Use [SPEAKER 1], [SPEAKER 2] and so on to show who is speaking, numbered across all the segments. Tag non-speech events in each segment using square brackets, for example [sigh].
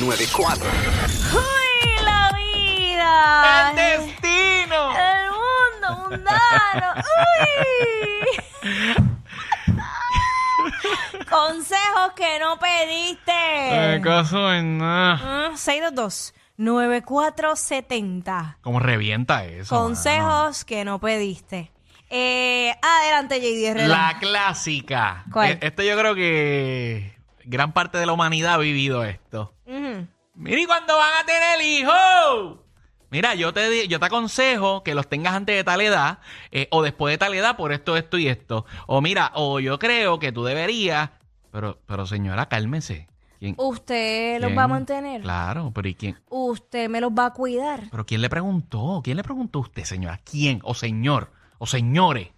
[SPEAKER 1] 994.
[SPEAKER 2] ¡Uy, la vida!
[SPEAKER 3] ¡El destino!
[SPEAKER 2] ¡El mundo mundano! ¡Uy! Consejos que no
[SPEAKER 3] Me
[SPEAKER 2] pediste.
[SPEAKER 3] caso en nada.
[SPEAKER 2] Mm, 622-9470.
[SPEAKER 3] ¿Cómo revienta eso? mano?
[SPEAKER 2] Consejos que no pediste. Eh, adelante, JD Herrera.
[SPEAKER 3] La clásica.
[SPEAKER 2] ¿Cuál?
[SPEAKER 3] E- Esto yo creo que gran parte de la humanidad ha vivido esto.
[SPEAKER 2] Ujú.
[SPEAKER 3] Mira, ¿y cuándo van a tener hijos? Mira, yo te, di- yo te aconsejo que los tengas antes de tal edad eh, o después de tal edad por esto, esto y esto. O mira, o yo creo que tú deberías. Pero, pero señora, cálmese. ¿Quién,
[SPEAKER 2] Usted los
[SPEAKER 3] quién?
[SPEAKER 2] va a mantener.
[SPEAKER 3] Claro, pero ¿y quién?
[SPEAKER 2] Usted me los va a cuidar.
[SPEAKER 3] ¿Pero quién le preguntó? ¿Quién le preguntó a usted, señora? ¿Quién? ¿O señor? ¿O señores?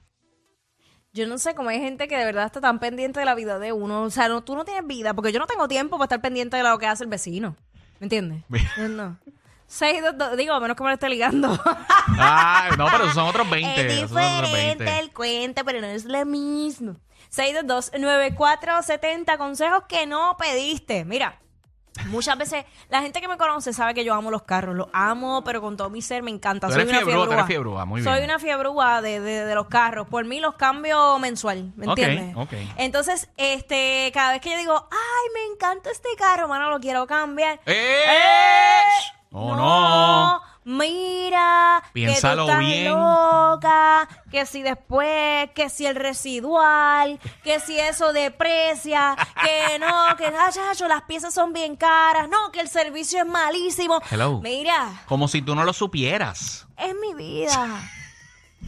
[SPEAKER 2] Yo no sé cómo hay gente que de verdad está tan pendiente de la vida de uno. O sea, no, tú no tienes vida, porque yo no tengo tiempo para estar pendiente de lo que hace el vecino. ¿Me entiendes?
[SPEAKER 3] Mira.
[SPEAKER 2] Yo no. Seis, dos, dos, digo, a menos que me lo esté ligando.
[SPEAKER 3] [laughs]
[SPEAKER 2] [laughs]
[SPEAKER 3] Ay, no, pero esos son otros 20.
[SPEAKER 2] es
[SPEAKER 3] esos son otros 20.
[SPEAKER 2] diferente el cuento, pero no es lo mismo. 622-9470, consejos que no pediste. Mira, muchas veces la gente que me conoce sabe que yo amo los carros, los amo, pero con todo mi ser me encanta.
[SPEAKER 3] Tú
[SPEAKER 2] Soy
[SPEAKER 3] eres
[SPEAKER 2] una
[SPEAKER 3] fiebrúa, tú
[SPEAKER 2] fiebrúa.
[SPEAKER 3] eres fiebrúa, muy
[SPEAKER 2] Soy
[SPEAKER 3] bien.
[SPEAKER 2] una fiebrúa de, de, de los carros. Por mí los cambio mensual, ¿me
[SPEAKER 3] Ok,
[SPEAKER 2] entiendes?
[SPEAKER 3] ok.
[SPEAKER 2] Entonces, este, cada vez que yo digo, ay, me encanta este carro, mano, lo quiero cambiar.
[SPEAKER 3] ¡Eh! ¡Oh, no!
[SPEAKER 2] Eh, Mira,
[SPEAKER 3] Piénsalo
[SPEAKER 2] que tú estás
[SPEAKER 3] bien.
[SPEAKER 2] loca, que si después, que si el residual, que si eso deprecia, que no, que ah, chacho, las piezas son bien caras, no, que el servicio es malísimo.
[SPEAKER 3] Hello.
[SPEAKER 2] Mira,
[SPEAKER 3] Como si tú no lo supieras.
[SPEAKER 2] es mi vida.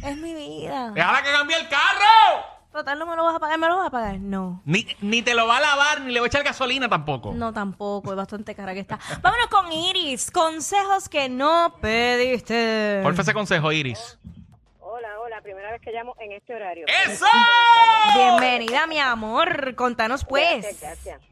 [SPEAKER 2] Es mi vida.
[SPEAKER 3] ¡Déjala que cambie el carro!
[SPEAKER 2] Total, no me lo vas a pagar, ¿me lo vas a pagar? No.
[SPEAKER 3] Ni, ni te lo va a lavar, ni le va a echar gasolina tampoco.
[SPEAKER 2] No, tampoco, es bastante cara que está. Vámonos con Iris, consejos que no pediste.
[SPEAKER 3] Porfa ese consejo, Iris.
[SPEAKER 4] Hola, hola, primera vez que llamo en este horario.
[SPEAKER 3] ¡Eso!
[SPEAKER 2] Bienvenida, mi amor. Contanos,
[SPEAKER 4] Gracias,
[SPEAKER 2] pues.
[SPEAKER 4] gracias.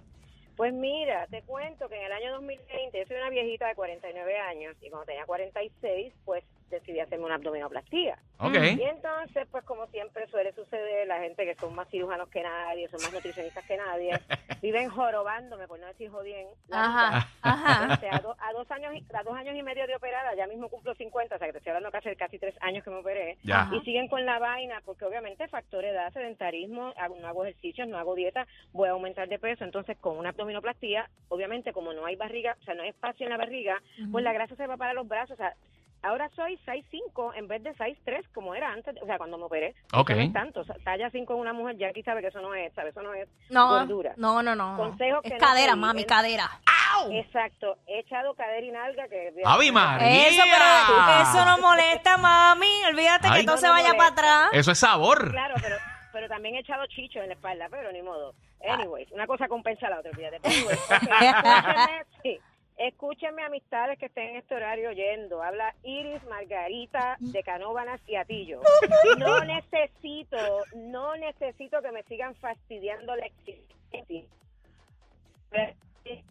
[SPEAKER 4] Pues mira, te cuento que en el año 2020, yo soy una viejita de 49 años y cuando tenía 46, pues decidí hacerme una abdominoplastía.
[SPEAKER 3] Ok.
[SPEAKER 4] Y entonces, pues como siempre suele suceder, la gente que son más cirujanos que nadie, son más nutricionistas que nadie, viven jorobándome, por no decir jodien. la vida.
[SPEAKER 3] Ah.
[SPEAKER 2] Ajá, ajá.
[SPEAKER 4] Este, a, do- a dos años y, a dos años y medio de operada, ya mismo cumplo 50, o sea que te estoy hablando que hace casi tres años que me operé.
[SPEAKER 3] Ya.
[SPEAKER 4] Y siguen con la vaina, porque obviamente factor edad, sedentarismo, hago- no hago ejercicios, no hago dieta, voy a aumentar de peso. Entonces, con una abdominoplastía, obviamente como no hay barriga, o sea, no hay espacio en la barriga, pues la grasa se va para los brazos. O sea, ahora soy 6'5 en vez de 6'3 como era antes, o sea, cuando me operé.
[SPEAKER 3] Ok.
[SPEAKER 4] Eso No es tanto, o sea, talla 5 en una mujer, ya aquí sabe que eso no es, sabe, eso no es
[SPEAKER 2] No,
[SPEAKER 4] gordura.
[SPEAKER 2] no, no, no.
[SPEAKER 4] Consejos
[SPEAKER 2] es
[SPEAKER 4] que no
[SPEAKER 2] cadera,
[SPEAKER 4] pedí,
[SPEAKER 2] mami,
[SPEAKER 4] ¿eh?
[SPEAKER 2] cadera.
[SPEAKER 4] Exacto, he echado cadera y nalga que...
[SPEAKER 3] ¡Ave María!
[SPEAKER 2] Eso, pero eso no molesta, mami. Olvídate
[SPEAKER 3] Ay. Eh,
[SPEAKER 2] que todo
[SPEAKER 4] No,
[SPEAKER 2] se
[SPEAKER 4] no
[SPEAKER 2] vaya para
[SPEAKER 4] molesta.
[SPEAKER 2] atrás.
[SPEAKER 3] Eso es sabor.
[SPEAKER 4] Claro, pero, pero también he echado chicho en la espalda, pero ni modo. Anyways, una cosa compensa la otra, olvídate. Pero anyways, ok, escúchenme, sí, escúchenme, amistades que estén en este horario oyendo. Habla Iris, Margarita, de Canóbanas y Atillo. No necesito, no necesito que me sigan fastidiando la existencia.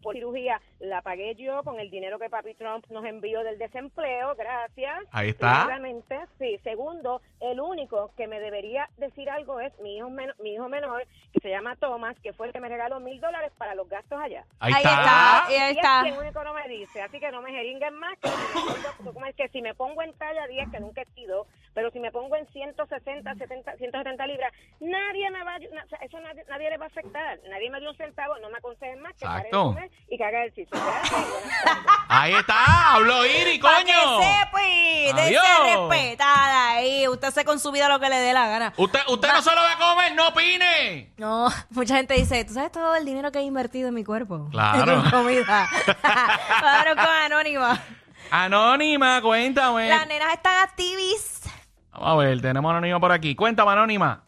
[SPEAKER 4] Por cirugía la pagué yo con el dinero que papi Trump nos envió del desempleo, gracias.
[SPEAKER 3] Ahí está.
[SPEAKER 4] Primeramente, sí. Segundo, el único que me debería decir algo es mi hijo, men- mi hijo menor, que se llama Thomas, que fue el que me regaló mil dólares para los gastos allá.
[SPEAKER 3] Ahí,
[SPEAKER 2] Ahí
[SPEAKER 3] está.
[SPEAKER 2] está. Y ahí
[SPEAKER 4] Y
[SPEAKER 2] está.
[SPEAKER 4] Es quien único no me dice, así que no me jeringuen más. Que, si me pongo- como es que si me pongo en talla 10, que nunca he sido, pero si me pongo en 160, 70, 170 libras, nadie me va a ayu- na- o sea, eso nadie, nadie le va a afectar. Nadie me dio un centavo, no me aconsejen más que pare de
[SPEAKER 3] Exacto.
[SPEAKER 4] comer y que haga ejercicio. Gracias y buenas tardes.
[SPEAKER 3] Ahí está. Habló Iris,
[SPEAKER 2] Para que
[SPEAKER 3] coño.
[SPEAKER 2] sepa y de
[SPEAKER 3] Adiós.
[SPEAKER 2] ser respetada ahí. Usted hace con su vida lo que le dé la gana.
[SPEAKER 3] Usted, usted no se lo va a comer, no opine.
[SPEAKER 2] No, [laughs] mucha gente dice, ¿tú sabes todo el dinero que he invertido en mi cuerpo? [laughs]
[SPEAKER 3] Claro.
[SPEAKER 2] En comida. [laughs] Claro, con anónima.
[SPEAKER 3] [laughs] Anónima, cuéntame.
[SPEAKER 2] Las nenas están activis.
[SPEAKER 3] Vamos a ver, tenemos anónima por aquí. Cuéntame, anónima.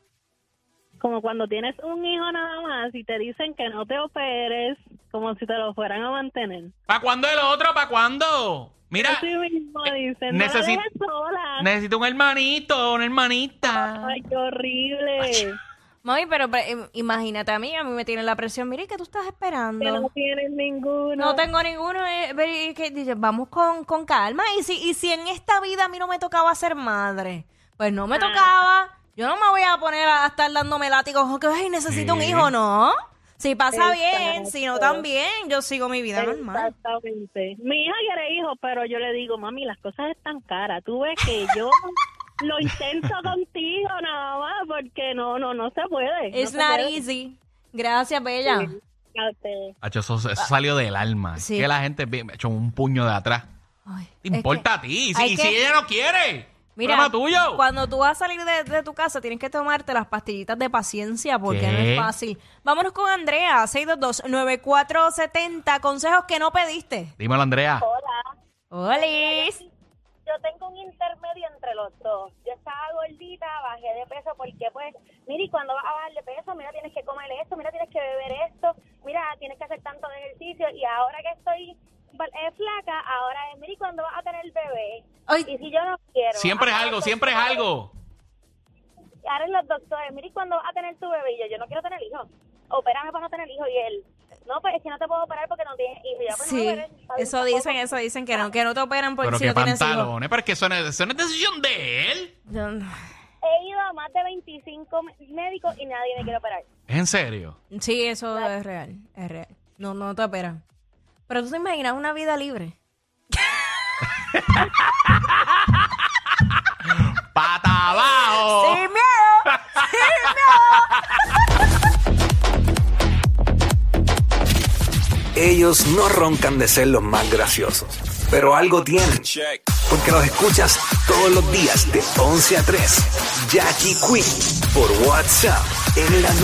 [SPEAKER 5] como cuando tienes un hijo nada más y te dicen que no te operes, como si te lo fueran a mantener.
[SPEAKER 3] ¿Para cuándo el otro? ¿Para cuándo? Mira,
[SPEAKER 5] Así mismo dicen, no la
[SPEAKER 3] necesi-
[SPEAKER 5] dejes sola.
[SPEAKER 3] necesito un hermanito, una hermanita.
[SPEAKER 5] Ay, qué horrible.
[SPEAKER 2] Mami, pero, pero, eh, imagínate a mí, a mí me tienen la presión. Mira, ¿y qué tú estás
[SPEAKER 5] Que no
[SPEAKER 2] esperando?
[SPEAKER 5] tienes ninguno.
[SPEAKER 2] No tengo ninguno. eh, pero, y que- y yo, vamos con, con calma. Y si, y si en esta vida a mí no me tocaba ser madre, pues no
[SPEAKER 6] Ah.
[SPEAKER 2] me tocaba. Yo no me voy a poner a, a estar dándome látigos. que, Ay, necesito un
[SPEAKER 3] Sí.
[SPEAKER 2] hijo, ¿no? Si pasa bien,
[SPEAKER 6] Exacto.
[SPEAKER 2] si no también, yo sigo mi vida normal.
[SPEAKER 6] Exactamente. Mi hija quiere hijos, pero yo le digo, mami, las cosas están caras. Tú ves que yo lo intento contigo nada más porque no, no, no se puede.
[SPEAKER 2] It's
[SPEAKER 6] no se
[SPEAKER 2] not
[SPEAKER 6] puede.
[SPEAKER 2] easy. Gracias, Bella.
[SPEAKER 6] A usted.
[SPEAKER 3] Hacho, eso, eso salió del alma.
[SPEAKER 2] Sí.
[SPEAKER 3] Que la gente me echó un puño de atrás.
[SPEAKER 2] Ay,
[SPEAKER 3] Te
[SPEAKER 2] es que-
[SPEAKER 3] importa a ti. Y si,
[SPEAKER 2] hay
[SPEAKER 3] y
[SPEAKER 2] que-
[SPEAKER 3] si ella no quiere,
[SPEAKER 2] Mira,
[SPEAKER 3] problema tuyo.
[SPEAKER 2] cuando tú vas a salir de, de tu casa, tienes que tomarte las pastillitas de paciencia porque
[SPEAKER 3] ¿Qué?
[SPEAKER 2] no es fácil. Vámonos con Andrea, 622-9470. Consejos que no pediste.
[SPEAKER 3] Dímelo, Andrea.
[SPEAKER 4] Hola.
[SPEAKER 2] ¡Olis!
[SPEAKER 4] Yo tengo un intermedio entre los dos. Yo estaba gordita, bajé de peso porque, pues, mira, y cuando vas a bajar de peso, mira, tienes que comer esto, mira, tienes que beber esto, mira, tienes que hacer tanto de ejercicio. Y ahora que estoy val- eh, flaca, ahora es, mira, y cuando vas a tener bebé.
[SPEAKER 2] Ay.
[SPEAKER 4] Y si yo no quiero.
[SPEAKER 3] Siempre es
[SPEAKER 4] Ahora
[SPEAKER 3] algo,
[SPEAKER 4] los
[SPEAKER 3] siempre es
[SPEAKER 4] doctores-
[SPEAKER 3] algo.
[SPEAKER 4] Ahora los doctores, mira, y cuando vas a tener tu bebé, y yo, yo no quiero tener hijos. Opérame para no tener hijos. Y él, no, pues es que no te puedo operar porque no tienes hijos. Y yo, pues,
[SPEAKER 2] Sí,
[SPEAKER 4] no, pero está bien,
[SPEAKER 2] eso
[SPEAKER 4] tampoco.
[SPEAKER 2] dicen, eso dicen, que no, que no te operan por
[SPEAKER 3] Pero
[SPEAKER 2] Pues si
[SPEAKER 3] qué
[SPEAKER 2] no tienes hijos.
[SPEAKER 3] pantalones. Pero es que eso no, es- eso no es decisión de él.
[SPEAKER 2] Yo no-
[SPEAKER 4] He ido a más de 25 m- médicos y nadie me quiere operar.
[SPEAKER 3] ¿Es en serio?
[SPEAKER 2] Sí, eso es real, es real. No, no te operan. Pero tú te imaginas una vida libre.
[SPEAKER 3] ¡Pata abajo!
[SPEAKER 2] ¡Sin miedo!
[SPEAKER 7] Ellos no roncan de ser los más graciosos, pero algo tienen. Porque los escuchas todos los días de 11 a 3. Jackie Quinn por WhatsApp en la nube.